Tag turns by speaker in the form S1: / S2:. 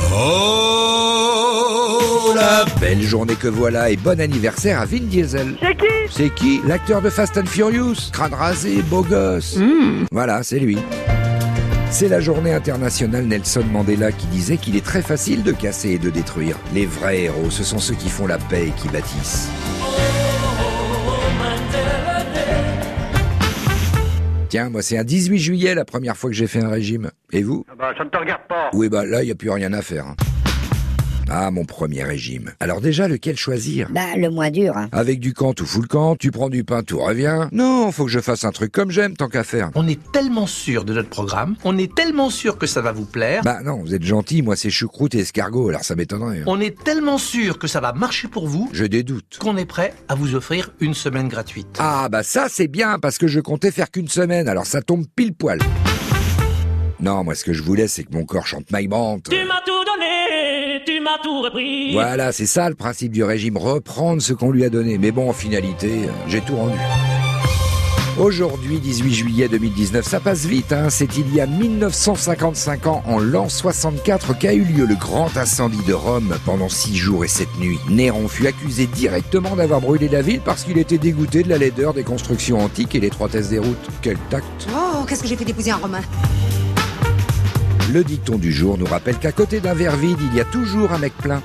S1: Oh, Belle journée que voilà et bon anniversaire à Vin Diesel.
S2: C'est qui
S1: C'est qui L'acteur de Fast and Furious, crâne rasé, beau gosse.
S2: Hmm.
S1: Voilà, c'est lui. C'est la journée internationale Nelson Mandela qui disait qu'il est très facile de casser et de détruire. Les vrais héros, ce sont ceux qui font la paix et qui bâtissent. Tiens, moi c'est un 18 juillet la première fois que j'ai fait un régime. Et vous
S2: Ah bah, ça ne te regarde pas.
S1: Oui, bah là, il n'y a plus rien à faire. hein. Ah, mon premier régime. Alors déjà, lequel choisir
S3: Bah, le moins dur. hein.
S1: Avec du camp, tout full camp, tu prends du pain, tout revient. Non, faut que je fasse un truc comme j'aime, tant qu'à faire.
S4: On est tellement sûr de notre programme, on est tellement sûr que ça va vous plaire,
S1: Bah non, vous êtes gentil, moi c'est choucroute et escargot, alors ça m'étonnerait. hein.
S4: on est tellement sûr que ça va marcher pour vous,
S1: Je dédoute.
S4: qu'on est prêt à vous offrir une semaine gratuite.
S1: Ah bah ça c'est bien, parce que je comptais faire qu'une semaine, alors ça tombe pile poil. Non, moi ce que je voulais c'est que mon corps chante maïmante.
S5: Tu m'as tout donné, tu m'as tout repris.
S1: Voilà, c'est ça le principe du régime, reprendre ce qu'on lui a donné. Mais bon, en finalité, euh, j'ai tout rendu. Aujourd'hui, 18 juillet 2019, ça passe vite, hein. c'est il y a 1955 ans, en l'an 64, qu'a eu lieu le grand incendie de Rome pendant six jours et sept nuits. Néron fut accusé directement d'avoir brûlé la ville parce qu'il était dégoûté de la laideur des constructions antiques et l'étroitesse des routes. Quel tact
S6: Oh, qu'est-ce que j'ai fait d'épouser un Romain
S1: Le dicton du jour nous rappelle qu'à côté d'un verre vide, il y a toujours un mec plein.